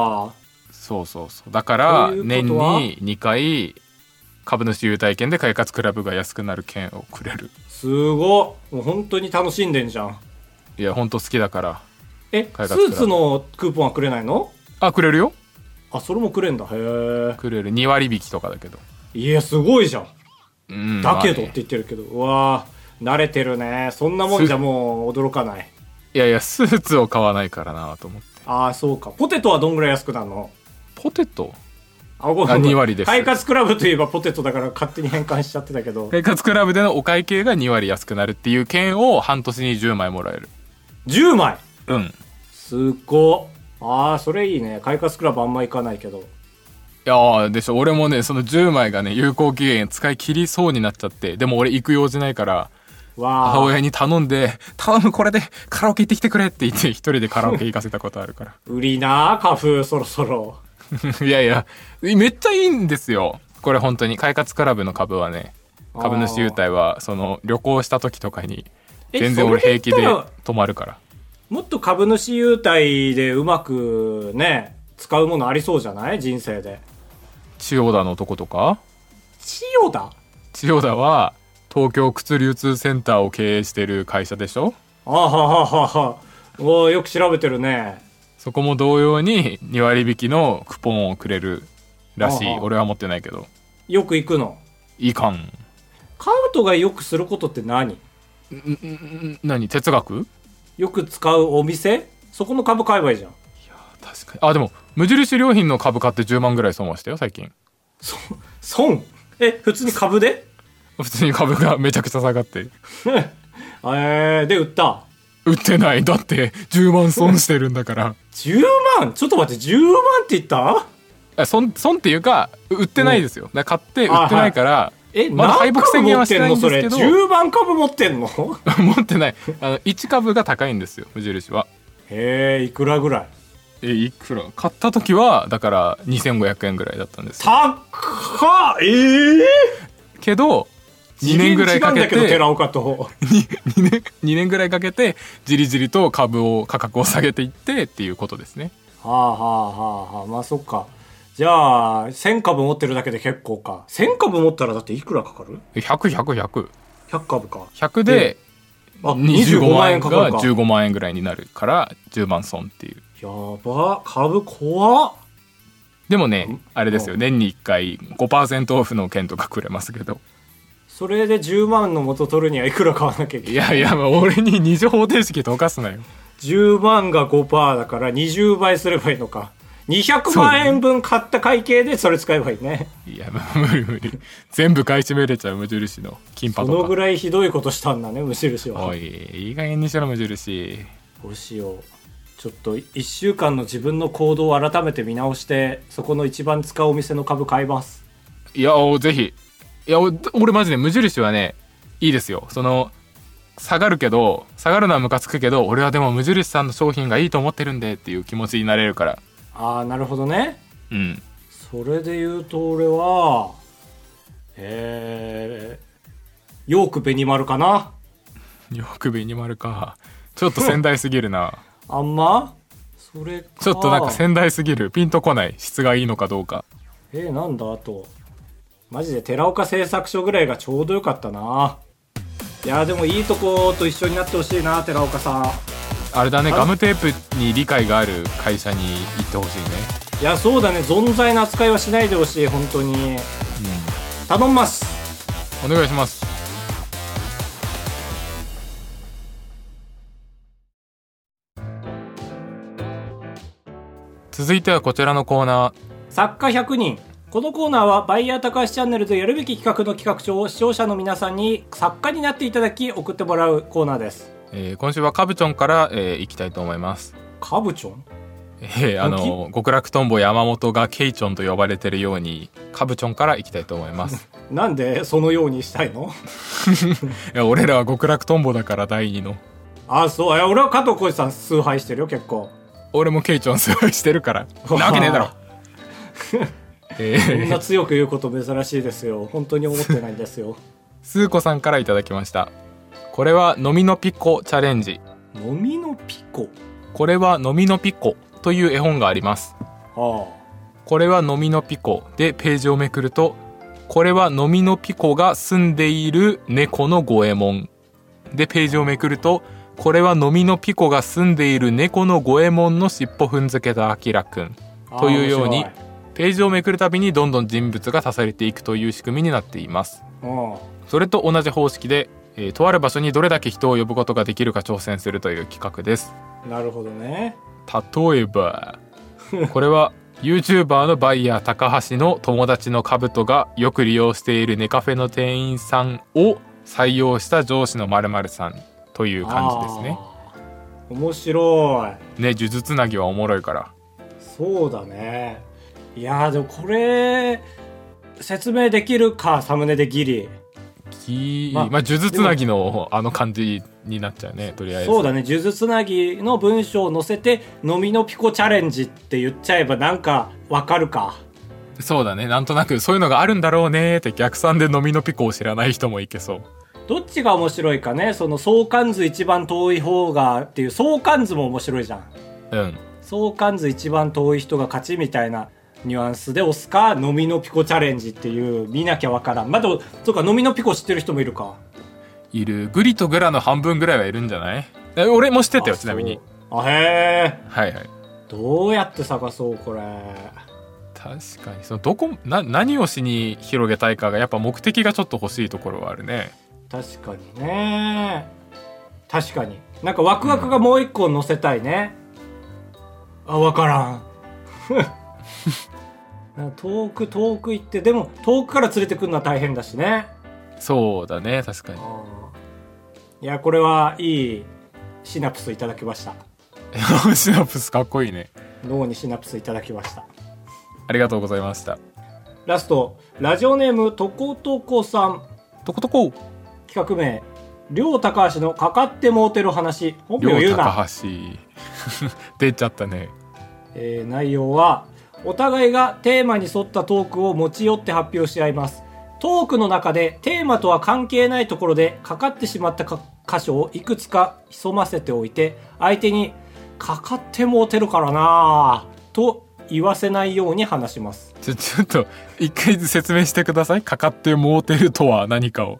S1: そうそうそうだから
S2: という
S1: 年
S2: ことは
S1: に2回株主優待券で快活クラブが安くなる券をくれる
S2: すごっもう本当に楽しんでんじゃん
S1: いやほんと好きだから
S2: えス
S1: 開発
S2: ーツのクーポンはくれないの
S1: あくれるよ
S2: あそれもくれんだへ
S1: くれる2割引きとかだけど、
S2: えいやすごいじゃん
S1: うん
S2: だけど
S1: まあ
S2: って
S1: ね
S2: 言ってるけど、うわー慣れてるねそんなもんじゃもう驚かない
S1: いやいやスーツを買わないからなと思って
S2: ああそうかポテトはどんぐらい安くなるの
S1: ポテト
S2: あご
S1: あ二割です
S2: 快活クラブといえばポテトだから勝手に変換しちゃってたけど
S1: 快活クラブでのお会計が2割安くなるっていう券を半年に10枚もらえる
S2: 10枚
S1: うん
S2: すっごっああそれいいね快活クラブあんま行かないけど
S1: いやーでしょ俺もねその10枚がね有効期限使い切りそうになっちゃってでも俺行く用事ないから
S2: わ
S1: 母
S2: あ
S1: 親に頼んで「頼むこれでカラオケ行ってきてくれ」って言って一人でカラオケ行かせたことあるか
S2: 売りなあ花粉そろそろ
S1: ら いやいやめっちゃいいんですよこれ本当に快活クラブの株はね株主優待はその旅行した時とかに
S2: え
S1: 全然俺
S2: それ
S1: 平気
S2: で言った
S1: で
S2: ら
S1: 泊まるから
S2: もっと株主優待でうまくね、使うものありそうじゃない人生で。
S1: 千代田の男とか
S2: 千代田
S1: 千代田は東京靴流通センターを経営してる会社でしょ
S2: あはははは。おーよく調べてるね。
S1: そこも同様に2割引きのクポンをくれるらしい
S2: ああ
S1: 俺は持ってないけど
S2: よく行くの。
S1: いかん
S2: カウトがよくすることって何
S1: ん何哲学
S2: よく使うお店そこの株買えばいいじゃん。
S1: 確かにあでも無印良品の株価って10万ぐらい損はしたよ最近
S2: そ、損え、普通に株で
S1: 普通に株がめちゃくちゃ下がって
S2: えー、で売った。
S1: 売ってないだって10万損してるんだから
S2: 10万ちょっと待って、10万って言った
S1: あ損損っていうか売ってないですよだから買って売ってないから
S2: え、
S1: まだ敗
S2: 何
S1: 北
S2: 株
S1: 宣言
S2: 持
S1: は
S2: っ
S1: してて
S2: ん
S1: ない
S2: の
S1: ん
S2: そ
S1: です
S2: れ。
S1: けど
S2: 10万株持ってんの
S1: 持ってないあの1株が高いんですよ無印は
S2: へえ、いくらぐらい
S1: えいくら買った時はだから2500円ぐらいだったんですよ
S2: 高っええ
S1: けど2年ぐらいかけ
S2: 次元違うんだけど
S1: て
S2: 寺岡と
S1: 2, 年2年ぐらいかけてじりじりと株を価格を下げていってっていうことですね
S2: はあはあはあはあまあそっかじゃあ1000株持ってるだけで結構か1000株持ったらだっていくらかかる
S1: 100100100100
S2: 100株か
S1: で
S2: あ
S1: 25万円
S2: かか
S1: が
S2: るか
S1: 15万円ぐらいになるから10万損っていう
S2: やば株怖っ
S1: でもねあれですよ
S2: う
S1: 年に1回5%オフの券とかくれますけど
S2: それで10万の元取るにはいくら買わなきゃいけない
S1: いやいやまあ俺に二乗方程式溶かすなよ
S2: 10万が5%だから20倍すればいいのか200万円分買った会計でそれ使えばいいね
S1: いやまあ無理無理全部買い占めれちゃう無印の金
S2: そ
S1: パ
S2: の
S1: と
S2: ぐ
S1: から
S2: いひどいことしたんだね無印は
S1: おいいい加減にしろ無印
S2: どうしようちょっと1週間の自分の行動を改めて見直してそこの一番使うお店の株買います
S1: いやおぜひいやお俺マジで無印はねいいですよその下がるけど下がるのはムカつくけど俺はでも無印さんの商品がいいと思ってるんでっていう気持ちになれるから
S2: ああなるほどね
S1: うん
S2: それで言うと俺はえー、ヨークベニマルかな
S1: よくビニマルかちょっと仙台すぎるな
S2: あんまそれか
S1: ちょっとなんか仙台すぎるピンとこない質がいいのかどうか
S2: えー、なんだあとマジで寺岡製作所ぐらいがちょうどよかったないやーでもいいとこと一緒になってほしいな寺岡さん
S1: あれだね
S2: あ
S1: ガムテープに理解がある会社に行ってほしいね
S2: いやそうだね存在の扱いはしないでほしい本当に頼んます
S1: お願いします続いてはこちらのコーナー
S2: 作家100人このコーナーはバイヤー高橋チャンネルでやるべき企画の企画書を視聴者の皆さんに作家になっていただき送ってもらうコーナーです
S1: えー今週はカブチョンから、えー行きたいと思います。
S2: カブチョン
S1: えーあの極楽とんぼ山本がケイチョンと呼ばれてるようにカブチョンから行きたいと思います。
S2: なんでそのようにしたいの
S1: いや俺らは極楽とんぼだから第二の。
S2: あそういや俺は加藤浩次さん崇拝してるよ結構
S1: 俺もケイチョンすごいしてるから。なわけねえだろ。え
S2: こん
S1: ー、
S2: な強く言うこと珍しいですよ 本当に思ってないんですよ
S1: スー子さんからいただきました。これは飲みのピコチャレンジ。
S2: 飲みのピコ
S1: これは飲みのピコという絵本があります。
S2: は
S1: これは飲みのピコでページをめくるとこれは飲みのピコが住んでいる猫の五右衛門でページをめくるとこれは飲みのピコが住んでいる猫の五右衛門の尻尾踏んづけたあきらくん
S2: あ
S1: というように
S2: あー面
S1: ページをめくるたびにどんどん人物が足されていくという仕組みになっています
S2: 白い
S1: それと同じ方式で、えーとある場所にどれだけ人を呼ぶことができるか挑戦するという企画です
S2: うんなるほどね
S1: 例え ばこれは YouTuber のバイヤー高橋の友達のカブトがよく利用しているネカフェの店員さんを採用した上司の〇〇さんという感じですね。
S2: あー面白い
S1: ね呪術つなぎはおもろいから
S2: そうだねいやーでもこれ説明できるかサムネでギリ
S1: き、ま
S2: まあ
S1: あ、呪術つなぎのあの感じになっちゃうねとりあえず
S2: そうだね数珠つなぎの文章を載せて「飲みのピコチャレンジ」って言っちゃえばなんかわかるか
S1: そうだねなんとなくそういうのがあるんだろうねって逆算で飲みのピコを知らない人もいけそう
S2: どっちが面白いかねその相関図一番遠い方がっていう相関図も面白いじゃん
S1: うん
S2: 相関図一番遠い人が勝ちみたいなニュアンスで押すか飲みのピコチャレンジっていう見なきゃわからんまあでもそうか飲みのピコ知ってる人もいるか
S1: いるグリとグラの半分ぐらいはいるんじゃないえ俺も知ってたよ
S2: あ
S1: ちなみに
S2: そうあへえ
S1: はいはい
S2: どうやって探そうこれ
S1: 確かにそのどこな何をしに広げたいかがやっぱ目的がちょっと欲しいところはあるね
S2: 確かにね確かになんかワクワクがもう一個乗せたいね、あ分からん なんか遠く遠く行ってでも遠くから連れてくるのは大変だしね
S1: そうだね確かに
S2: いやこれはいいシナプスいただきました
S1: シナプスかっこいいね
S2: 脳にシナプスいただきました
S1: ありがとうございました
S2: ラストラジオネームとことこさん
S1: とことこ
S2: 企画名「両高橋のかかってもうてる話」本名を言
S1: 両
S2: うな、
S1: 高橋 出ちゃったね
S2: えー内容はお互いがテーマに沿ったトークを持ち寄って発表し合いますトークの中でテーマとは関係ないところでかかってしまったか箇所をいくつか潜ませておいて相手に「かかってもうてるからなぁ」と言わせないように話します
S1: ちょちょっと一回説明してくださいかかってモーテルとは何かを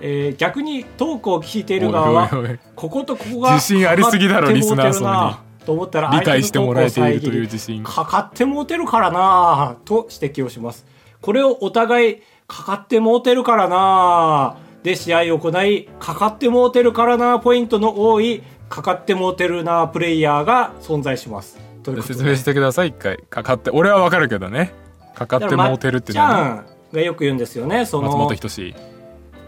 S2: えー逆にトークを聞いている側は
S1: おいおいおい
S2: こことここが
S1: 自信ありすぎだろ
S2: かかってもうてる
S1: リスナー
S2: なと思ったら
S1: 理解してもらえているという
S2: 相手の投稿を遮り
S1: 自信
S2: かかってもうてるからなぁと指摘をしますこれをお互いかかってもうてるからなぁで試合を行いかかってもうてるからなぁポイントの多いかかってもうてるなぁプレイヤーが存在しますということ
S1: 説
S2: で
S1: 明してください一回かかって俺はわかるけどねかかってモーテルって
S2: だから
S1: 何
S2: まっちゃんがよく言うんですよねそ
S1: 松
S2: の
S1: 本人志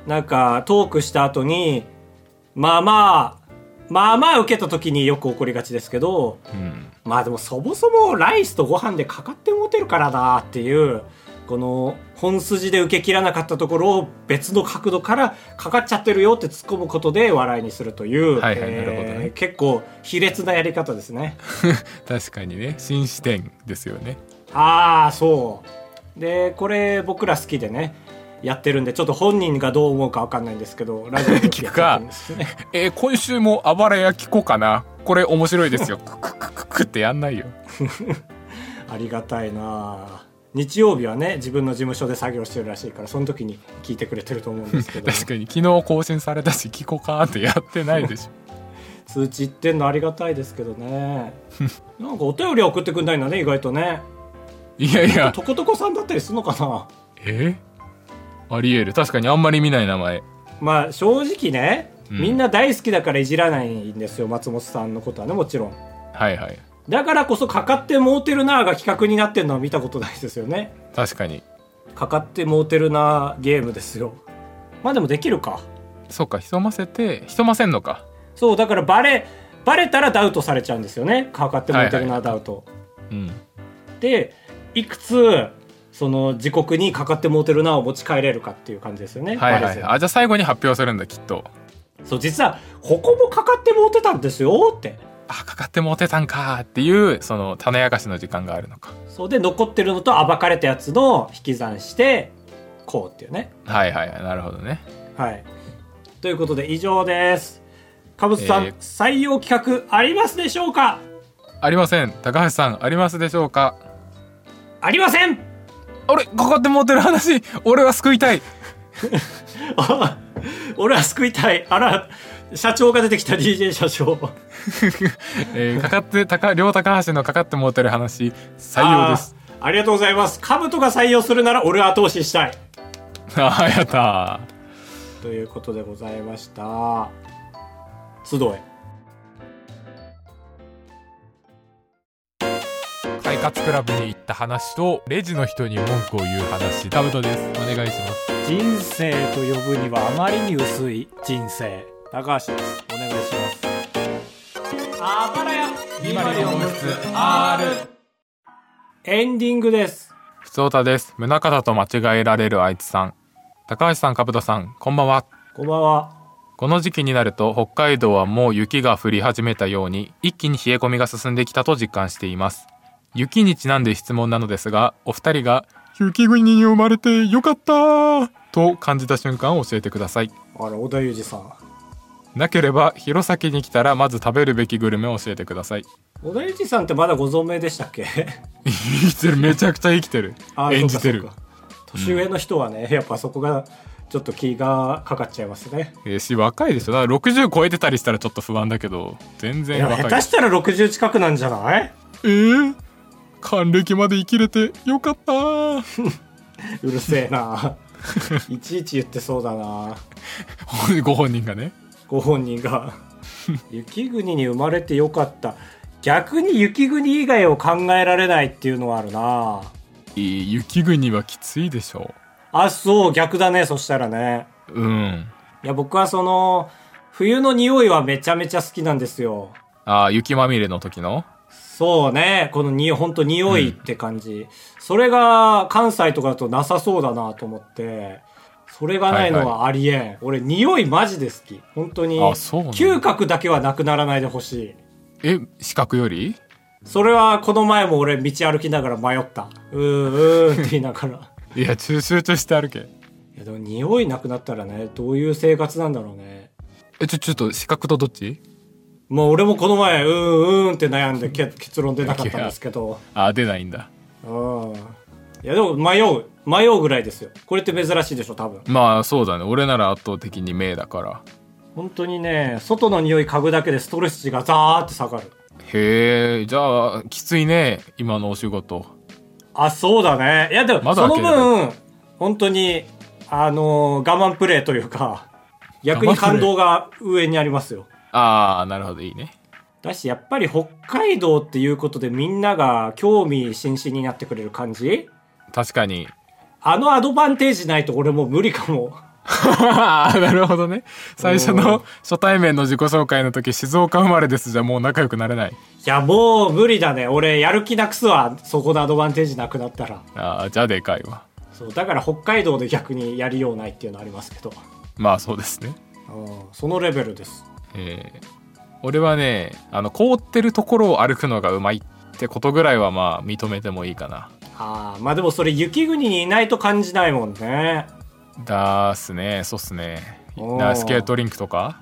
S2: なんかトークした後にまあまあまあまあ受けた時によく起こりがちですけど
S1: うん
S2: まあでもそもそもライスとご飯でかかってもうてるからなっていうこの本筋で受け切らなかったところを別の角度からかかっちゃってるよって突っ込むことで笑いにするという、
S1: はいはい
S2: えー
S1: なるほどね
S2: 結構卑劣なやり方ですね。
S1: 確かにね新視点ですよね
S2: ああそうでこれ僕ら好きでねやってるんで、ちょっと本人がどう思うかわかんないんです けど、ラジオで
S1: 聞くか
S2: やってるんですね
S1: えー今週も暴れ焼きこうかなこれ面白いですよクククククってやんないよ
S2: ありがたいなあ日曜日はね、自分の事務所で作業してるらしいから、その時に聞いてくれてると思うんですけ ど、
S1: 確かに昨日更新されたし聞こうかってやってないでしょ
S2: 通知いってんのありがたいですけど ね。なんかお便りは送ってくんないんだね、意外とね。
S1: いやいや
S2: とことこさんだったりするのかな
S1: えありえる確かにあんまり見ない名前
S2: まあ正直ね、
S1: うん
S2: みんな大好きだからいじらないんですよ松本さんのことはねもちろん
S1: はいはい
S2: だからこそ「かかってもうてるな」が企画になってるのは見たことないですよね
S1: 確かに
S2: かかってもうてるなゲームですよまあでもできるか
S1: そうか潜ませて潜ませんのか
S2: そうだからバレバレたらダウトされちゃうんですよねかかってもうてるなダウト、
S1: うん
S2: でいくつその時刻にかかってもうてるなを持ち帰れるかっていう感じですよね、
S1: はいは
S2: バレず
S1: い
S2: に
S1: あじゃあ最後に発表するんだきっと
S2: そう実はここもかかってもうてたんですよって
S1: あかかってモテたんかっていうその種明かしの時間があるのか
S2: そうで残ってるのと暴かれたやつの引き算してこうっていうね
S1: はいはいはいなるほどね
S2: はいということで以上ですかぶつさん、
S1: えー
S2: 採用企画ありますでしょうか
S1: ありません高橋さんありますでしょうか
S2: ありません
S1: 俺かかってモテる話 俺は救いたい
S2: あ俺は救いたいあら社長が出てきた DJ 社長
S1: えーかかって高両高橋のかかってモテる話採用です
S2: あーありがとうございますかぶとが採用するなら俺は後押ししたい
S1: ああやった
S2: ということでございました集え
S1: ー快活クラブに行った話とレジの人に文句を言う話タブトですお願いします
S2: 人生と呼ぶにはあまりに薄い人生高橋ですお願いしますあばらやエンディングです
S1: ふつおたです宗像と間違えられるあいつさん高橋さんかぶとさんこんばんは
S2: こんばんは
S1: この時期になると北海道はもう雪が降り始めたように一気に冷え込みが進んできたと実感しています雪にちなんで質問なのですがお二人が雪国に生まれてよかったと感じた瞬間を教えてください
S2: あら小田裕二さん
S1: なければ弘前に来たらまず食べるべきグルメを教えてくだ さい
S2: 小田裕二さんってまだご存命でしたっ け
S1: 生きてるめちゃくちゃ生きてる
S2: あ
S1: 演じてる
S2: そうかそうか年上の人はね、やっぱそこがちょっと気がかかっちゃいますね
S1: えーし若いでしょだから60超えてたりしたらちょっと不安だけど全
S2: い
S1: 然
S2: や
S1: 若い
S2: 下手したら60近くなんじゃない
S1: えー、還暦まで生きれてよかった
S2: うるせえないちいち言ってそうだな
S1: ご本人がね
S2: ご本人が雪国に生まれてよかった逆に雪国以外を考えられないっていうのはあるない
S1: い雪国はきついでしょ
S2: あそう逆だねそしたらね
S1: ううん
S2: いや僕はその冬の匂いはめちゃめちゃ好きなんですよ
S1: あー雪まみれの時の
S2: そうねこのにほんと匂いって感じ、それが関西とかだとなさそうだなと思ってそれがないのはありえん、俺匂いマジで好き本当に
S1: あそうなんだ
S2: 嗅覚だけはなくならないでほしい
S1: え視覚より
S2: それはこの前も俺道歩きながら迷った。うーんうーんって言いな がら。
S1: いや集集中して歩け
S2: いやでも匂いなくなったらね、どういう生活なんだろうね。
S1: えちょちょっと視覚とどっち
S2: もう俺もこの前、うーんうーんって悩んでけ結論出なかったんですけど。
S1: あー出ないんだ
S2: うん。いやでも迷う。迷うぐらいですよ。これって珍しいでしょ、多分。
S1: まあそうだね俺なら圧倒的に目だから
S2: 本当にね、外の匂い嗅ぐだけでストレス値がザーって下がる。
S1: へえじゃあきついね今のお仕事
S2: あ、そうだね。いやでも、
S1: まだ
S2: その
S1: 開ければ
S2: 分、本当に、あのー我慢プレイというか、逆に感動が上にありますよ。
S1: ああなるほどいいね
S2: だし、やっぱり北海道っていうことでみんなが興味津々になってくれる感じ
S1: 確かに
S2: あのアドバンテージないと俺もう無理かも。
S1: あーなるほどね最初の初対面の自己紹介の時静岡生まれですじゃもう仲良くなれない
S2: いや、もう無理だね。俺、やる気なくすわ。そこのアドバンテージなくなったら。
S1: あーじゃあでかいわ
S2: そう、だから北海道で逆にやりようないっていうのありますけど。
S1: まあそうですね
S2: うん、そのレベルです。
S1: えー俺はねあの凍ってるところを歩くのがうまいってことぐらいはまあ認めてもいいかな
S2: ああ、まあでもそれ雪国にいないと感じないもんね。
S1: だすねそうっすね
S2: おー
S1: なスケートリンクとか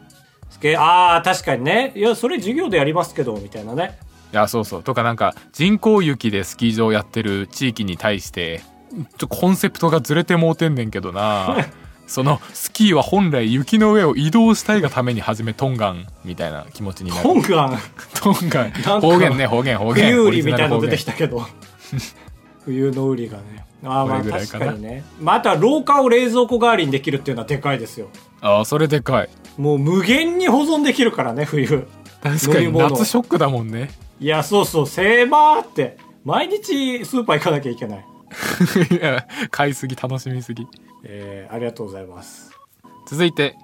S2: スケああ、確かにね。いや、それ授業でやりますけど、みたいなね。
S1: いやそうそうとかなんか人工雪でスキー場やってる地域に対してちょコンセプトがずれてもうてんねんけど なそのスキーは本来雪の上を移動したいがために始めトンガンみたいな気持ちになる
S2: 本が
S1: トンガン
S2: か
S1: 方言ね方言方言
S2: 冬売り
S1: オリジ
S2: み
S1: ナ
S2: た
S1: ル
S2: いなの
S1: 方
S2: 出
S1: 言
S2: てきたけ ど。冬の売りがね。ああ、まあ
S1: これぐらいか
S2: 確
S1: な
S2: かにね。まあ、あとは廊下を冷蔵庫代わりにできるっていうのはでかいですよ。
S1: ああそれでかい
S2: もう無限に保存できるからね、冬。
S1: 確か
S2: 飲み
S1: に
S2: 物
S1: 夏ショックだもんね
S2: いや、そうそう、狭ーって。毎日スーパー行かなきゃいけない。
S1: いや買いすぎ楽しみすぎ
S2: えー、ありがとうございます。
S1: 続いて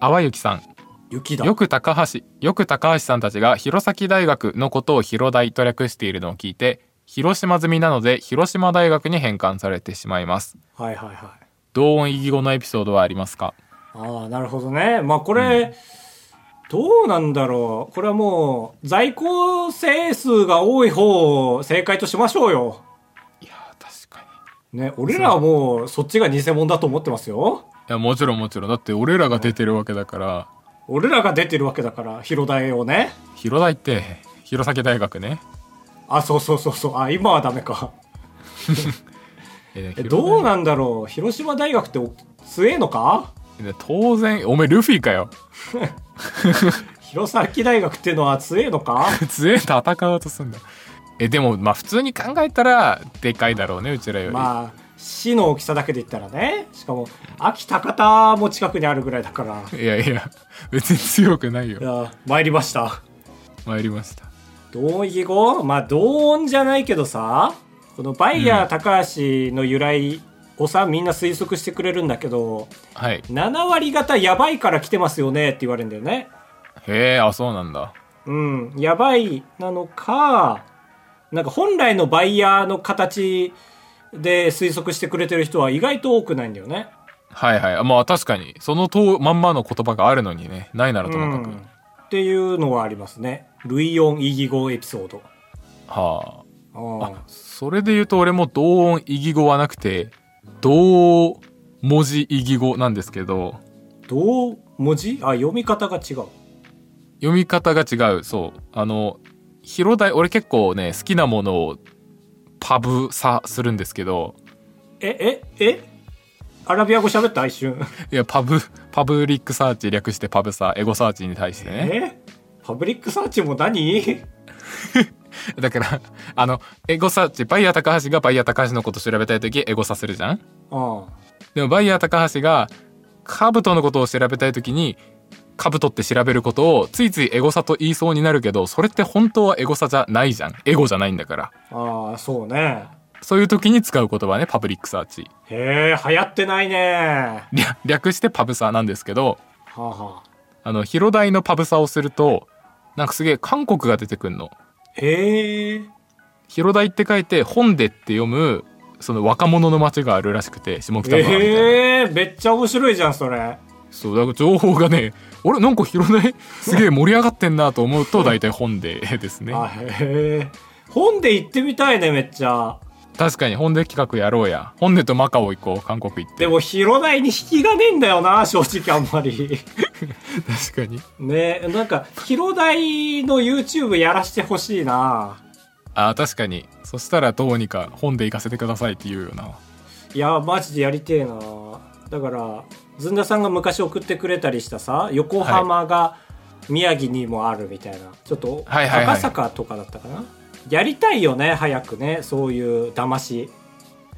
S1: 淡雪さん
S2: 雪だ。
S1: よく高橋よく高橋さんたちが弘前大学のことを広大と略しているのを聞いて広島済みなので広島大学に返還されてしまいます
S2: はいはいはい。
S1: 同音異義語のエピソードはありますか
S2: ああ、なるほどね。まあこれ、どうなんだろう。これはもう、在校生数が多い方を正解としましょうよ。
S1: いや確かに
S2: ね、俺らはもう、そっちが偽物だと思ってますよ。
S1: いやもちろんもちろんだって俺らが出てるわけだから
S2: 俺らが出てるわけだから、広大をね。
S1: 広大って弘前大学ね
S2: あ、そうそうそうそう。あ、今はダメか。
S1: え
S2: え、
S1: 広大
S2: どうなんだろう。広島大学ってお強えのか
S1: で当然おめえルフィかよ
S2: 弘前大学っていうのは強えのか
S1: 強え戦おうとすんだえでもまあ普通に考えたらでかいだろうねうちらより、
S2: まあ、市の大きさだけで言ったらね。しかも、秋高田も近くにあるぐらいだから。
S1: いやいや別に強くない
S2: い
S1: よ
S2: や、参りました。
S1: 参りました
S2: 同意義語まあ、同音じゃないけどさ、このバイヤー高橋の由来をさ、みんな推測してくれるんだけど、
S1: はい
S2: 7割方やばいから来てますよねって言われるんだよね。
S1: へえあそうなんだ
S2: うん、やばいなのか、なんか本来のバイヤーの形で推測してくれてる人は意外と多くないんだよね。
S1: はいはいまあ確かにそのとまんまの言葉があるのにねないならともかく、
S2: うんっていうのはありますね。類音異義語エピソード。
S1: は
S2: あ
S1: あそれで言うと俺も同音異義語はなくて同文字異義語なんですけど
S2: どう文字あ、読み方が違う。
S1: 読み方が違うそうあの広大俺結構ね好きなものをパブさするんですけど
S2: え、え、えアラビア語喋った一瞬。
S1: いやパブパブリックサーチ略してパブさエゴサーチに対してね
S2: えパブリックサーチも何
S1: だからあのエゴサーチバイヤー高橋がバイヤー高橋のこと調べたい時エゴサするじゃん
S2: あ
S1: でもバイヤー高橋がカブトのことを調べたい時にカブトって調べることをついついエゴサと言いそうになるけどそれって本当はエゴサじゃないじゃんエゴじゃないんだから
S2: あ、ああ、そうね。
S1: そういう時に使う言葉ねパブリックサーチ
S2: へえ、流行ってないね。は
S1: 略略してパブサなんですけど
S2: あ、はあ、
S1: あの広大のパブサをするとなんかすげえ韓国が出てくんの
S2: へえ、
S1: 広大って書いて本でって読むその若者の街があるらしくて下北沢みたいな、
S2: ええめっちゃ面白いじゃん、それ。
S1: そうだから情報がね俺なんか広大すげえ盛り上がってんなと思うと大体本で ですね
S2: あ、へえ。本で行ってみたいね、めっちゃ。
S1: 確かに本で企画やろうや本でとマカオ行こう韓国行って
S2: でも、広大に引きがねえんだよな、正直あんまり。
S1: 確かに
S2: ねなんか、広大の YouTube やらしてほしいな。
S1: あ確かにそしたらどうにか本で行かせてくださいって言うよない
S2: やマジでやりてえなだからずんださんが昔送ってくれたりしたさ横浜が宮城にもあるみたいな、ちょっと
S1: はいはいはい
S2: 赤坂とかだったかな、やりたいよね早くねそういう騙し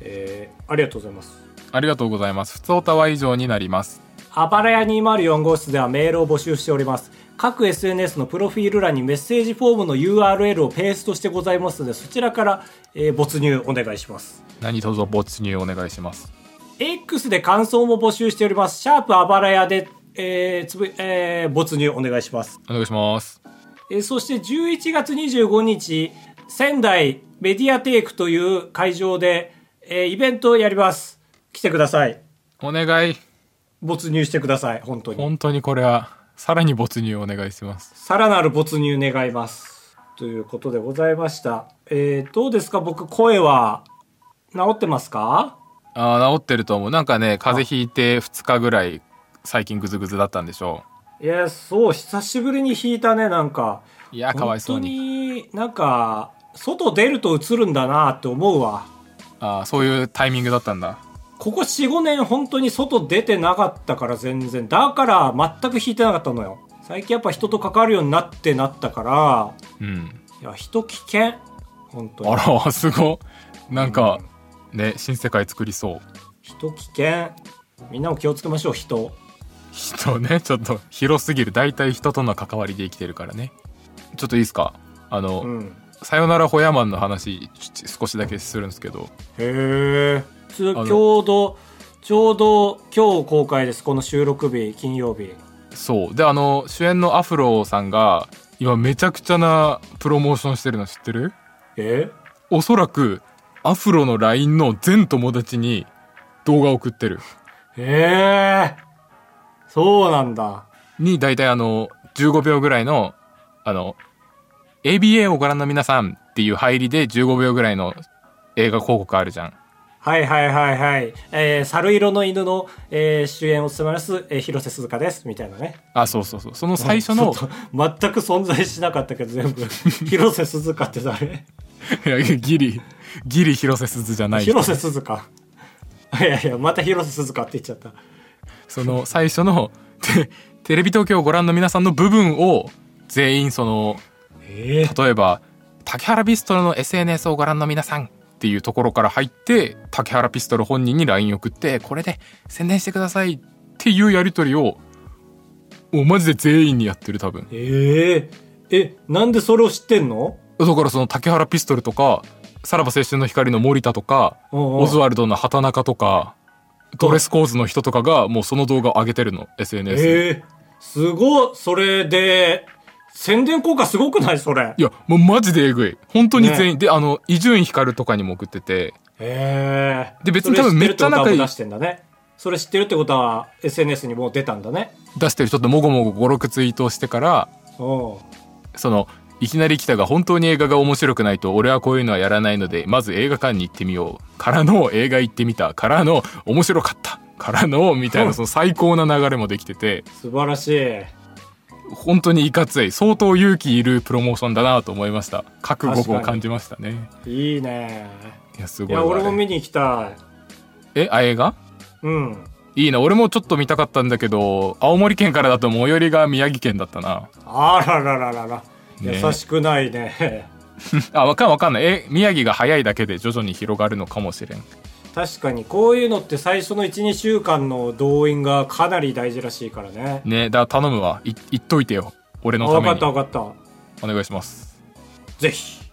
S2: えーありがとうございます
S1: ありがとうございます普通おたは以上になります
S2: あばらや204号室ではメールを募集しております。各 SNS のプロフィール欄にメッセージフォームの URL をペーストしてございますので、そちらから、えー没入お願いします。
S1: 何卒没入お願いします
S2: X で感想も募集しております。シャープあばらやで、えーつぶ、えー没入お願いします。
S1: お願いします
S2: えーそして11月25日、仙台メディアテイクという会場で、えーイベントをやります。来てください。
S1: お願い
S2: 没入してください。本当に。
S1: 本当にこれはさらに没入お願いします
S2: さらなる没入願います。ということでございました。えーどうですか僕、声は、治ってますか
S1: あー治ってると思うなんかね風邪ひいて2日ぐらい最近グズグズだったんでしょ
S2: いや、そう、久しぶりに引いたね、なんか。
S1: ういやかわいそうに
S2: 本当になんか、外出ると映るんだなって思うわ。
S1: あーそういうタイミングだったんだ
S2: ここ4、5年本当に外出てなかったから全然。だから全く引いてなかったのよ。最近やっぱ人と関わるようになってなったから、
S1: うん
S2: いや、人危険。本当に。
S1: あら すごいなんかね新世界作りそう
S2: 人危険。みんなも気をつけましょう、人。
S1: 人ね ちょっと広すぎる大体人との関わりで生きてるからねちょっといいですかあの、
S2: うん。
S1: さよならホヤマンの話ち少しだけするんですけど
S2: へえ。ち
S1: あの
S2: ょうど、ちょうど今日公開です。この収録日、金曜日。
S1: そうであの主演のアフロさんが今めちゃくちゃなプロモーションしてるの知ってる
S2: え
S1: おそらくアフロの LINE の全友達に動画を送ってる
S2: へえ。そうなんだ。
S1: に大体あの15秒ぐらいのあの ABA をご覧の皆さんっていう入りで15秒ぐらいの映画広告あるじゃん
S2: はいはいはいはい。えー、猿色の犬の、えー主演を務めます、えー広瀬すずかです。みたいなね。
S1: あそうそうそうその最初の
S2: ちょっと全く存在しなかったけど、全部。広瀬すずかって誰
S1: いやギリギリ広瀬すずじゃない人
S2: 広瀬すずか。いやいや、また広瀬すずかって言っちゃった。
S1: その最初の テテレビ東京をご覧の皆さんの部分を全員その
S2: ええ。
S1: 例えば「竹原ピストルの SNS をご覧の皆さん」っていうところから入って竹原ピストル本人に LINE 送ってこれで宣伝してくださいっていうやり取りをもうマジで全員にやってる多分
S2: ええ。え、なんでそれを知ってんの
S1: だからその竹原ピストルとかさらば青春の光の森田とか
S2: うんうん
S1: オズワルドの畑中とかドレスコーズの人とかがもうその動画を上げてるの SNS に
S2: ええ。すごい、それで、宣伝効果すごくないそれ。
S1: いや、もうマジでえぐい。本当に全員。で、あの、伊集院光とかにも送ってて、
S2: へえ。
S1: で別に多分めっちゃ仲いい
S2: それ知ってるってことはもう出してんだね。それ知ってるってことは SNS にもう出たんだね。
S1: 出してるちょっともごもご5、6ツイートをしてから、
S2: おう
S1: その、いきなり来たが本当に映画が面白くないと俺はこういうのはやらないので、まず映画館に行ってみよう。からの映画行ってみた。からの面白かった。からの、みたい
S2: うん
S1: なその最高な流れもできてて、
S2: 素晴らしい。
S1: 本当にいかつい、相当勇気いるプロモーションだなと思いました。覚悟を
S2: 確か
S1: 感
S2: に
S1: じましたね。
S2: いいね。
S1: いや、す
S2: い
S1: ごい
S2: や、
S1: わ。
S2: 俺も
S1: あれ
S2: 見に行きたい。
S1: え、あ、映画
S2: うん。
S1: いいな、俺もちょっと見たかったんだけど、青森県からだと最寄りが宮城県だったな。
S2: あららららら。
S1: ね
S2: 優しくないね。
S1: あ、わかんわかんない。え、宮城が早いだけで徐々に広がるのかもしれん。
S2: 確かにこういうのって最初の1、2週間の動員がかなり大事らしいからね。
S1: ねだから頼むわ。い、言っといてよ。俺
S2: あ
S1: のた
S2: わか
S1: め
S2: ったわ
S1: に。
S2: かった。
S1: お願いします。
S2: ぜひ。